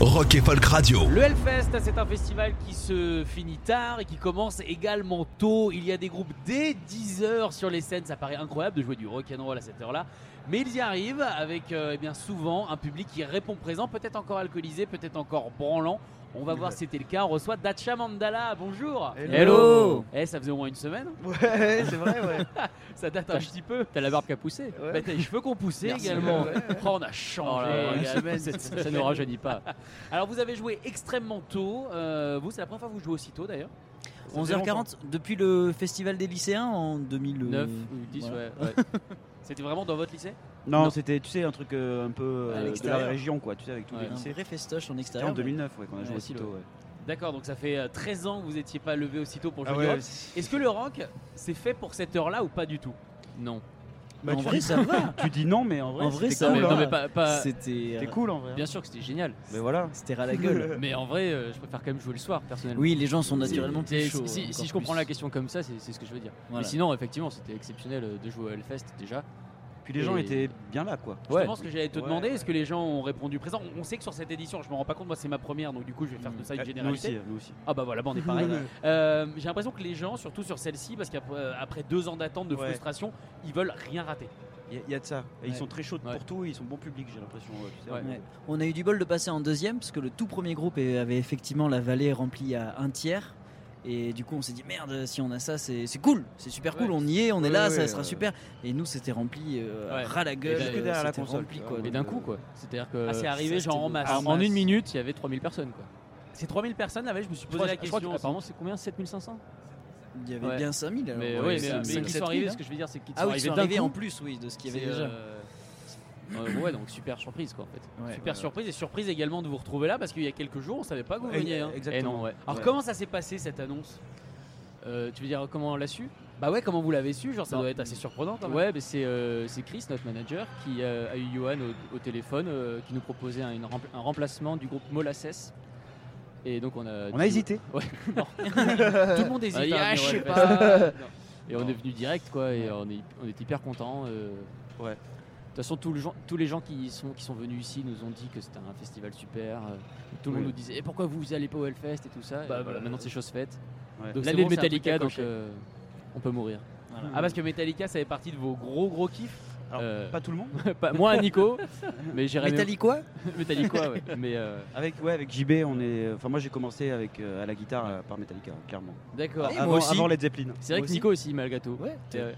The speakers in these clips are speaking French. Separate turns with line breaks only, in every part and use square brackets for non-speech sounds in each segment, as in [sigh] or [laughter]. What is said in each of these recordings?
Rock et Folk Radio.
Le Hellfest, hein, c'est un festival qui se finit tard et qui commence également tôt. Il y a des groupes dès 10h sur les scènes. Ça paraît incroyable de jouer du rock'n'roll à cette heure-là. Mais ils y arrivent avec euh, eh bien, souvent un public qui répond présent, peut-être encore alcoolisé, peut-être encore branlant. On va voir si c'était le cas. On reçoit Dacha Mandala. Bonjour.
Hello. Hello.
Eh, ça faisait au moins une semaine.
Ouais, c'est vrai, ouais.
Ça date un petit peu. T'as la barbe qui a poussé.
Ouais.
t'as les cheveux qui ont poussé
Merci.
également.
Ouais, ouais.
Oh, on a changé. les gars.
ça ne rajeunit pas.
[laughs] Alors vous avez joué extrêmement tôt. Euh, vous, c'est la première fois que vous jouez aussi tôt d'ailleurs.
On faisait 11h40, depuis le festival des lycéens en euh, 2009.
9 ou 10,
voilà.
ouais. ouais. C'était vraiment dans votre lycée
Non,
Non.
c'était, tu sais, un truc euh, un peu euh,
À
de
l'extérieur.
la région, quoi, tu sais, avec tous les
Ouais,
Un
lycées.
vrai festoche en
C'était
extérieur.
en 2009, ouais, qu'on a
Ouais,
joué
si,
aussitôt.
ouais.
Ouais.
D'accord, donc ça fait euh, 13 ans que vous n'étiez pas levé aussitôt pour jouer
Ah
du
ouais,
rock. Est-ce que le rock, c'est fait pour cette heure-là ou pas du tout Non.
Mais
Bah,
en
tu,
vrai,
dis,
ça va.
tu dis non, mais en vrai,
En vrai,
c'était
ça
Non,
cool,
va.
mais, non,
hein.
mais pas, pas-
Euh, C'était
C'était euh, cool en vrai. hein.
Bien sûr que c'était génial,
Mais voilà.
c'était ras la
[laughs]
gueule.
mais en vrai, euh, je préfère quand même jouer le soir personnellement.
Oui, les gens sont naturellement
C'est-
plus chauds.
si, si
encore
je comprends
plus.
la question comme ça, c'est c'est ce que je veux dire.
Voilà.
Mais sinon, effectivement, c'était exceptionnel euh, de jouer au Hellfest déjà.
Puis les gens
Et-
étaient bien là, quoi.
Justement,
Ouais.
ce que j'allais te
Ouais.
demander, est-ce que les gens ont répondu présent On on sait que sur cette édition, je me rends pas compte, moi c'est ma première, donc du coup je vais faire de ça une
Ouais,
généralité.
Euh, Nous aussi, hein, nous aussi.
Ah bah voilà,
[laughs]
bah on est pareil. Euh, J'ai l'impression que les gens, surtout sur celle-ci, parce qu'après euh, après deux ans d'attente de
Ouais.
frustration, ils veulent rien rater.
Il y a- il y, a de ça. Et ils
Ouais.
sont très chauds
Ouais.
pour tout, ils sont bon public, j'ai l'impression. ouais, tu sais.
Ouais.
Ouais. On a eu du bol de passer en deuxième parce que le tout premier groupe est- avait effectivement la vallée remplie à un tiers. Et du coup, on s'est dit merde, si on a ça, c'est c'est cool, c'est super cool,
Ouais.
on y est, on est
Ouais,
là,
ouais,
ça
ouais.
sera super. Et nous, c'était rempli euh,
Ouais.
ras la gueule,
Et jusque
euh,
derrière la
c'était
console,
rempli
tu
quoi.
vois.
Mais
donc,
d'un
euh,
coup, quoi. C'est-à-dire que
Ah, c'est arrivé
ça,
genre
c'était
en
de
masse.
ouf.
en, en une minute, il y avait 3000 personnes. Quoi.
C'est 3000 personnes la veille, je me suis
Je
posé
crois-
la
je crois que-
question.
apparemment, c'est combien 7500
Il y avait
Ouais.
bien 5000 alors.
Mais
Ouais,
oui,
c'est
mais, mais
cinq,
qui
sept
sont arrivés,
mille,
ce que je veux dire, c'est qu'ils
Ah oui, ils
arrivés
sont
d'un
arrivés
coup.
en plus, oui, de ce qu'il y avait
C'est,
déjà.
euh, euh, ouais, donc super surprise quoi en fait.
Ouais.
Super surprise et surprise également de vous retrouver là parce qu'il y a quelques jours on savait pas que vous
Ouais,
veniez. hein.
Eh
Exactement.
non, ouais.
Alors
Ouais.
comment ça s'est passé cette annonce
Euh, tu veux dire comment on l'a su
Bah ouais comment vous l'avez su genre ça
Non.
doit être assez surprenant quand même.
Ouais, mais c'est euh, c'est Chris, notre manager, qui euh, a eu Johan au, au téléphone, euh, qui nous proposait un, une rempl- un remplacement du groupe Molasses. Et donc on a,
On a
dit-
hésité.
Tout le monde hésite.
Ah,
hein,
y a-
mais
je
ouais,
sais
parce-
pas.
Non.
Et on est venu direct, quoi, et on, est, on était hyper contents. euh.
Ouais.
De toute façon, tous les gens- tous les gens qui sont, qui sont venus ici nous ont dit que c'était un festival super. euh, tout le
Oui.
monde nous disait eh, pourquoi vous allez pas au Hellfest et tout ça. Et
Bah,
voilà,
bah,
maintenant c'est chose faite.
Ouais.
Donc, c'est
L'année
bon,
de
c'est un truc à
Metallica, donc
cocher.
euh, on peut mourir.
Voilà.
Ah parce que Metallica ça fait partie de vos gros gros kiffs.
Alors,
Euh,
Pas tout le monde
[laughs] pas-
[laughs]
moi, Nico, mais j'ai
Metallica quoi
Bah,
Metallica, ouais. Mais euh,
Avec, ouais, avec JB, on est. Enfin, moi j'ai commencé avec, euh, à la guitare euh, par Metallica, clairement.
D'accord.
Et
avant,
moi aussi.
avant Led Zeppelin.
c'est
Moi
vrai que
aussi.
Nico aussi, malgré tout.
Ouais.
Et, euh,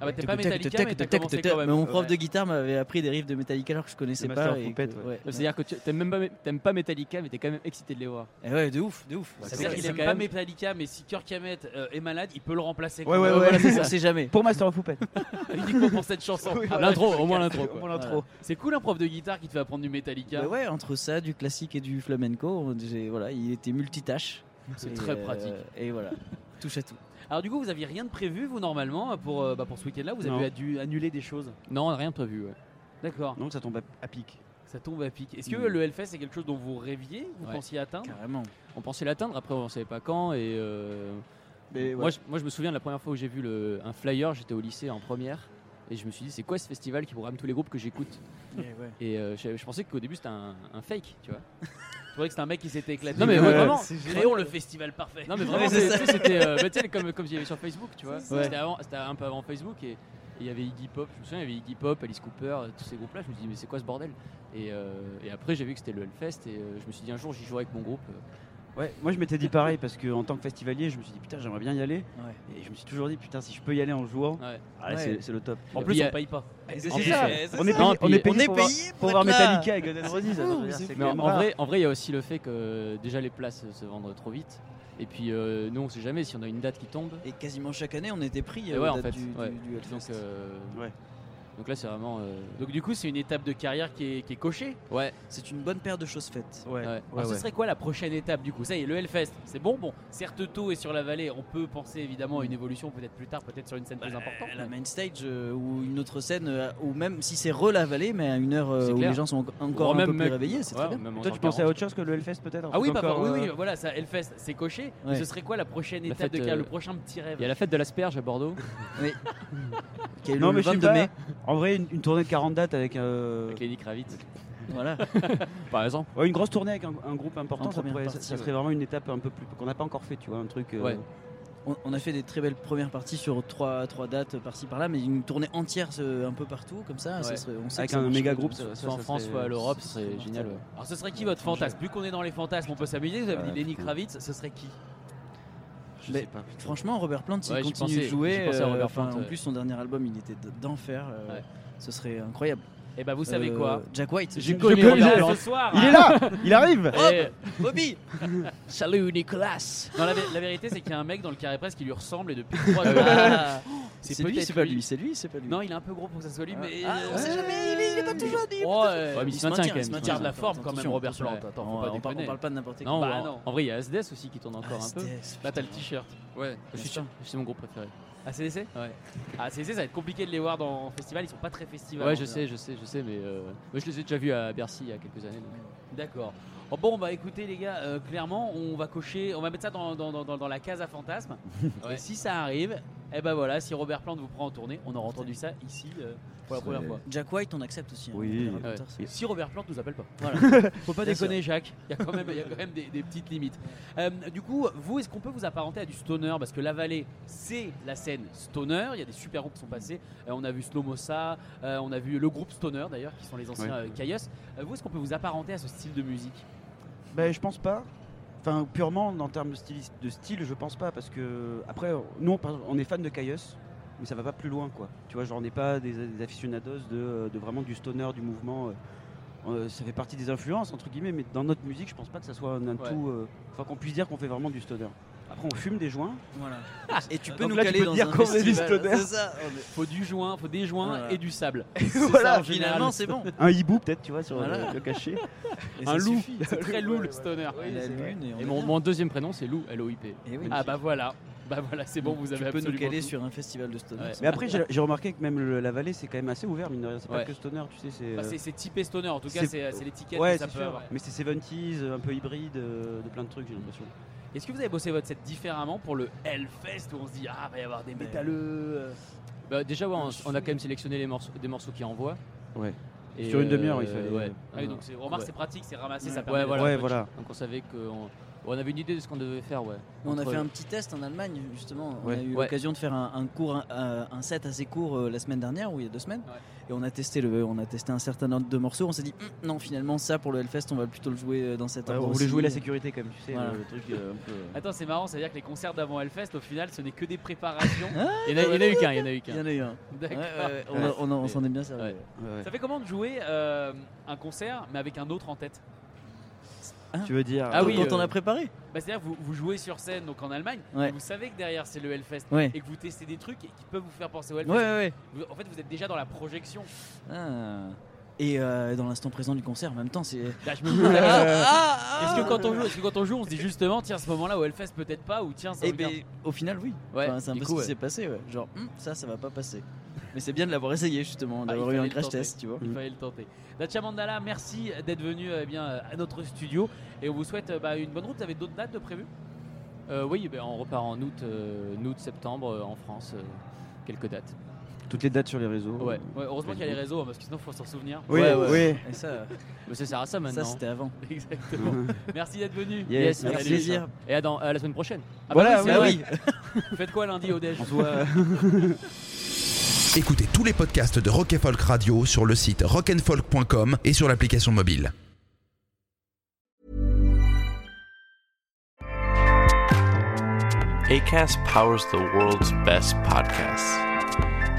Ah bah t'es pas Metallica mais t'as commencé quand
Mais
même.
mon prof
Ouais.
de guitare m'avait appris des riffs de Metallica alors que je connaissais
Le
pas.
Master
et
Puppet,
que-
ouais.
ouais.
C'est-à-dire que tu t'aimes même pas, t'aimes pas Metallica, mais t'es quand même excité de les voir.
Eh ouais, de ouf, de ouf.
C'est-à-dire
C'est-
qu'il
c'est
aime
quand
pas
même-
Metallica mais si Kirk Hammett euh, est malade il peut le remplacer.
Ouais, ouais,
quand même.
ouais.
Voilà, c'est ça, on sait jamais.
Pour Master of Puppet.
Uniquement pour cette [laughs] chanson.
Oui,
Ah,
voilà.
L'intro,
[laughs]
au moins l'intro.
Pour
quoi.
l'intro.
C'est cool un prof de guitare qui te fait apprendre du Metallica.
Bah ouais, entre ça, du classique et du flamenco, on disait- voilà, il était multitâche.
C'est
Et,
très
euh,
pratique.
Et voilà, [laughs] touche à tout.
Alors du coup, vous aviez rien de prévu, vous normalement, pour, euh, bah, pour ce week-end-là, vous
Non.
avez dû annuler des choses.
Non, on a rien prévu. ouais.
D'accord.
Donc ça tombe à, à pic.
Ça tombe à pic. Est-ce que
Mm.
le Hellfest c'est quelque chose dont vous rêviez, vous
Ouais.
pensiez atteindre
Carrément.
On pensait l'atteindre, après on savait pas quand. Et euh,
Mais
moi, je, moi, je me souviens de la première fois où j'ai vu le, un flyer, j'étais au lycée en première. Et je me suis dit, c'est quoi ce festival qui programme tous les groupes que j'écoute
Eh
Et euh, je, je pensais qu'au début c'était un, un fake, tu vois.
Je trouvais que c'était un mec qui s'était éclaté.
Non, mais
ouais,
vraiment,
créons le festival parfait.
[laughs]
Non mais vraiment,
c'est
c'est-
ça.
tu sais, c'était euh, bah, tu sais, comme comme il y avait sur Facebook, tu vois.
ça.
C'était avant- c'était un peu avant Facebook et et il y avait Iggy Pop. Je me souviens, il y avait Iggy Pop, Alice Cooper, euh, tous ces groupes-là. Je me suis dit mais c'est quoi ce bordel et, euh, et après j'ai vu que c'était le Hellfest et euh, je me suis dit un jour j'y jouerai avec mon groupe.
Ouais, moi je m'étais dit pareil parce que en tant que festivalier, je me suis dit putain, j'aimerais bien y aller.
Ouais.
Et je me suis toujours dit putain, si je peux y aller en jouant,
Ouais.
ah, là,
Ouais.
c'est- c'est le top.
En
Et
plus,
puis,
on
euh,
paye pas.
C'est
En plus,
ça,
ouais.
c'est
On est
ça.
payé,
Non, et
on
puis-
est payé pour, voir- pour voir
être là.
Metallica et Guns N' Roses.
fou,
alors, je veux dire,
c'est
c'est
fou.
Mais en,
quand même
en
rare.
vrai, en vrai, il y a aussi le fait que euh, déjà les places euh, se vendent trop vite. Et puis euh, nous on sait jamais si on a une date qui tombe.
Et quasiment chaque année, on était pris
Et
euh,
ouais,
aux
en
dates
fait,
du, du-
ouais.
du Hellfest.
Donc euh,
Ouais.
Donc là, c'est vraiment. euh,
Donc du coup, c'est une étape de carrière qui est, qui est cochée.
Ouais,
C'est une bonne paire de choses faites.
Ouais.
ouais.
Alors, ce serait quoi la prochaine étape du coup Ça y est, le Hellfest, c'est bon. Bon, certes, tôt et sur la vallée, on peut penser évidemment à une évolution peut-être plus tard, peut-être sur une scène plus importante.
La main stage euh, ou une autre scène, euh, ou même si c'est relavalé, mais à une heure euh,
C'est
où
clair.
les gens sont encore
Ou
un
même
peu plus
mec-
réveillés, c'est
ouais,
très bien.
même en
Toi, tu pensais à
140.
autre chose que le Hellfest peut-être
Ah oui,
Encore,
papa, oui,
euh,
oui, voilà, ça, Hellfest, c'est coché.
Ouais.
Ce serait quoi la prochaine
La
étape de
fête,
carrière,
euh,
le prochain petit rêve
Il y a la fête de l'asperge à [laughs] Bordeaux.
Qui est
Non,
le
mais je sais
22
pas.
mai.
En vrai, une, une tournée de 40 dates avec. euh,
Avec Lenny Kravitz,
Voilà. [laughs]
par exemple.
ouais, une grosse tournée avec un, un groupe important,
En
ça,
première
pourrait- ça-
partie,
ça
ouais.
serait vraiment une étape un peu plus. qu'on n'a pas encore fait, tu vois, un truc. euh,
Ouais.
On, on a fait des très belles premières parties sur trois, trois dates par-ci par-là, mais une tournée entière ce- un peu partout, comme ça, ça
Ouais.
serait- on sait
Avec
que ça
un
marche.
méga groupe, ça-
Soit
ça-
en
ça
France,
serait-
soit à l'Europe, ce
serait
serait euh, génial.
mortel.
ouais.
Alors ce serait qui votre fantasme Vu qu'on est dans les fantasmes, on peut s'amuser. Vous avez dit Lenny Kravitz, ce serait qui
Je
Mais-
sais pas.
Franchement, Robert Plant, s'il
Ouais, j'y
continue
pensais-
de jouer, euh,
j'y pensais à Robert
enfin,
Plant,
en
ouais.
plus son dernier album, il était d- d'enfer. euh,
Ouais.
Ce serait incroyable.
Eh ben vous savez
Euh,
quoi
Jack White.
J'ai
je-
connu
je-
Robert
je-
Plant.
ce soir Eh,
Il est là Il arrive
Bobby
[laughs]
Salut Nicolas
Non, la, vé- la vérité, c'est qu'il y a un mec dans le carré presse qui lui ressemble et depuis 3 [laughs] jours.
Ah,
C'est
C'est lui,
peut-être
c'est pas
lui.
lui, c'est lui, c'est pas lui.
Non, il est un peu gros pour que ça soit lui,
Ah.
mais.
Ah, on sait jamais, il est- il est pas toujours dit, il est pas
Oh,
toujours
euh,
Ouais, mais
Il
il
se
se maintient
maintient,
quand
il se
même.
maintient.
Il
garde la forme quand même,
Attention,
Robert
attention,
Plant.
ouais.
Attends,
on,
faut pas
on parle,
déconner.
on parle pas de n'importe
Non,
quoi.
Bah,
en-
non.
en vrai, il y a SDS aussi qui tourne encore un peu. Bah,
Là, Bah, t'as le t-shirt.
Ouais, je suis
sûr.
sûr. C'est mon groupe préféré.
ACDC
Ouais.
ACDC, ça va être compliqué de les voir dans en festival, hein. ils sont pas très festivals.
Ouais,
en
je
général.
sais, je sais, je sais, mais euh, moi je les ai déjà vus à Bercy il y a quelques années. donc.
D'accord. Oh, bon, bah écoutez, les gars, euh, clairement, on va cocher, on va mettre ça dans, dans- dans- dans- dans la case à fantasmes.
Ouais.
Et si ça arrive, eh ben voilà, si Robert Plant vous prend en tournée, on aura entendu ça ici euh, pour la
C'est-
première fois.
Jack White, on accepte aussi. hein,
Oui.
on est raconteur, c'est-
Si Robert Plant nous appelle pas.
Voilà.
Faut pas
Bien
déconner, Jacques. Il y
[laughs]
a quand même, il y a quand même des, des petites limites. Euh, du coup, vous, est-ce qu'on peut vous apparenter à du stoner Parce que la vallée, c'est la scène stoner. Il y a des super groupes qui sont passés. Euh, on a vu Slomosa, euh, on a vu le groupe stoner d'ailleurs, qui sont les anciens euh, Caius. Euh, vous, est-ce qu'on peut vous apparenter à ce style de musique
Ben, je pense pas. Enfin, purement en termes de, styliste- de style, je pense pas. Parce que, après, nous, on, par- on est fan de Caius, mais ça va pas plus loin, quoi. Tu vois, genre, on n'est pas des, des aficionados de, euh, de vraiment du stoner, du mouvement. euh, euh, ça fait partie des influences, entre guillemets, mais dans notre musique, je pense pas que ça soit un, un
Ouais.
tout. euh, Enfin, qu'on puisse dire qu'on fait vraiment du stoner. Après, on fume des joints.
Voilà. Et tu peux
Donc
nous
là, tu
caler
peux
dans
dire
un
qu'on est des
festival.
stoner.
C'est ça. on
[laughs]
est-
Faut du joint, faut des joints
Voilà.
et du sable.
C'est
ça,
ça, en général.
finalement, c'est bon.
Un hibou, peut-être, tu vois, sur
Voilà.
le, le cachet.
Et ça
Un loup.
suffit.
C'est très loup le stoner.
Et la lune et on
Et
est
mon,
bien.
mon deuxième prénom, c'est Lou, L-O-I-P.
Eh oui.
Ah bah voilà, bah voilà, c'est bon, vous avez
tu peux nous
absolument
caler
tout.
sur un festival de stoner.
Ouais.
ça
Mais après, j'ai j'ai remarqué que même le- la vallée, c'est quand même assez ouvert, mine de rien. C'est pas
Ouais.
que stoner, tu sais. C'est.
Bah,
euh,
c'est c'est typé stoner, en tout cas,
c'est-
c'est c'est l'étiquette
ouais,
que ça
c'est
peut
sûr.
avoir.
Mais c'est 70s, euh, un peu hybride, euh, de plein de trucs, j'ai l'impression.
Est-ce que vous avez bossé votre set différemment pour le Hellfest où on se dit ah va y avoir des
Mais-
métalleux euh,
Bah, déjà, ouais, on, on a quand même sélectionné les morceaux, des morceaux qui envoient.
Ouais. Sur une demi-heure, il fallait-
ouais.
ah oui, donc c'est- remarque
Ouais.
c'est pratique, c'est ramassé,
Ouais.
ça permet.
Ouais, voilà.
ouais,
un peu
voilà. Bah,
Donc on savait qu'on on avait une idée de ce qu'on devait faire, ouais.
Mais on a
Entre-
fait un petit test en Allemagne, justement. On a
Ouais.
eu
Ouais.
l'occasion de faire un, un cours, un, euh, un set assez court euh, la semaine dernière, ou il y a deux semaines.
Ouais.
Et on a, testé le, on a testé un certain nombre de morceaux. On s'est dit, Hum, non, finalement, ça pour le Hellfest, on va plutôt le jouer euh, dans cet
Ouais,
ordre.
on voulait
aussi.
jouer la sécurité quand même, tu sais,
Voilà.
le, le truc euh, un peu. euh,
[laughs] Attends, c'est marrant, c'est-à-dire que les concerts d'avant Hellfest, au final, ce n'est que des préparations.
Il y en a, il y en a eu qu'un, il y en a eu
Il y en
qu'un.
a eu un. Ouais,
D'accord.
ouais, ouais, on a- on a- on s'en est bien servi.
Ouais.
ouais.
Ça fait comment de jouer euh, un concert mais avec un autre en tête
Tu veux dire.
Ah oui,
Quand
euh,
on a préparé
bah, C'est-à-dire vous, vous jouez sur scène donc en Allemagne,
Ouais.
et vous savez que derrière c'est le Hellfest
Ouais.
et que vous testez des trucs et qui peuvent vous faire penser au
Ouais,
Hellfest.
ouais, ouais.
Vous- En fait, vous êtes déjà dans la projection.
Ah. Et euh, dans l'instant présent du concert, en même temps, c'est.
Là, je me pose la question.
ah,
Est-ce que quand on joue, est-ce que quand on joue, on se dit justement, tiens, ce moment-là au Hellfest peut-être pas, ou tiens, ça
Et
veut dire-
Eh au final, oui.
Ouais,
ben, Enfin, c'est un
du
peu
coup,
ce qui
ouais.
s'est passé, ouais. Genre, Hum, ça, ça va pas passer. Mais c'est bien de l'avoir essayé, justement,
Ah,
d'avoir
il
eu un
fallait le
crash
tenter.
test, tu vois.
il fallait le tenter. Datcha Mandala, merci d'être venu eh bien euh, à notre studio et on vous souhaite euh, bah, une bonne route. Vous avez d'autres dates de prévues
Euh, oui, ben, on repart en août, euh, août septembre euh, en France, euh, quelques dates.
Toutes les dates sur les réseaux.
Ouais.
Ouais, heureusement qu'il y a les réseaux hein, parce que sinon faut s'en souvenir.
Oui,
Ouais,
oui.
Et ça,
Mais ça sert à ça
ça
maintenant.
c'était avant.
[laughs] Exactement. merci d'être venu.
Yes,
Avec
merci.
plaisir.
Et à, dans- à la semaine prochaine.
Ah bah
Voilà,
oui,
oui,
c'est
oui.
vrai. Vous Faites quoi lundi au déj
On se voit.
euh,
Écoutez tous les podcasts de Rock and Folk Radio sur le site rockandfolk.com et sur l'application mobile.
ACAST powers the world's best podcasts.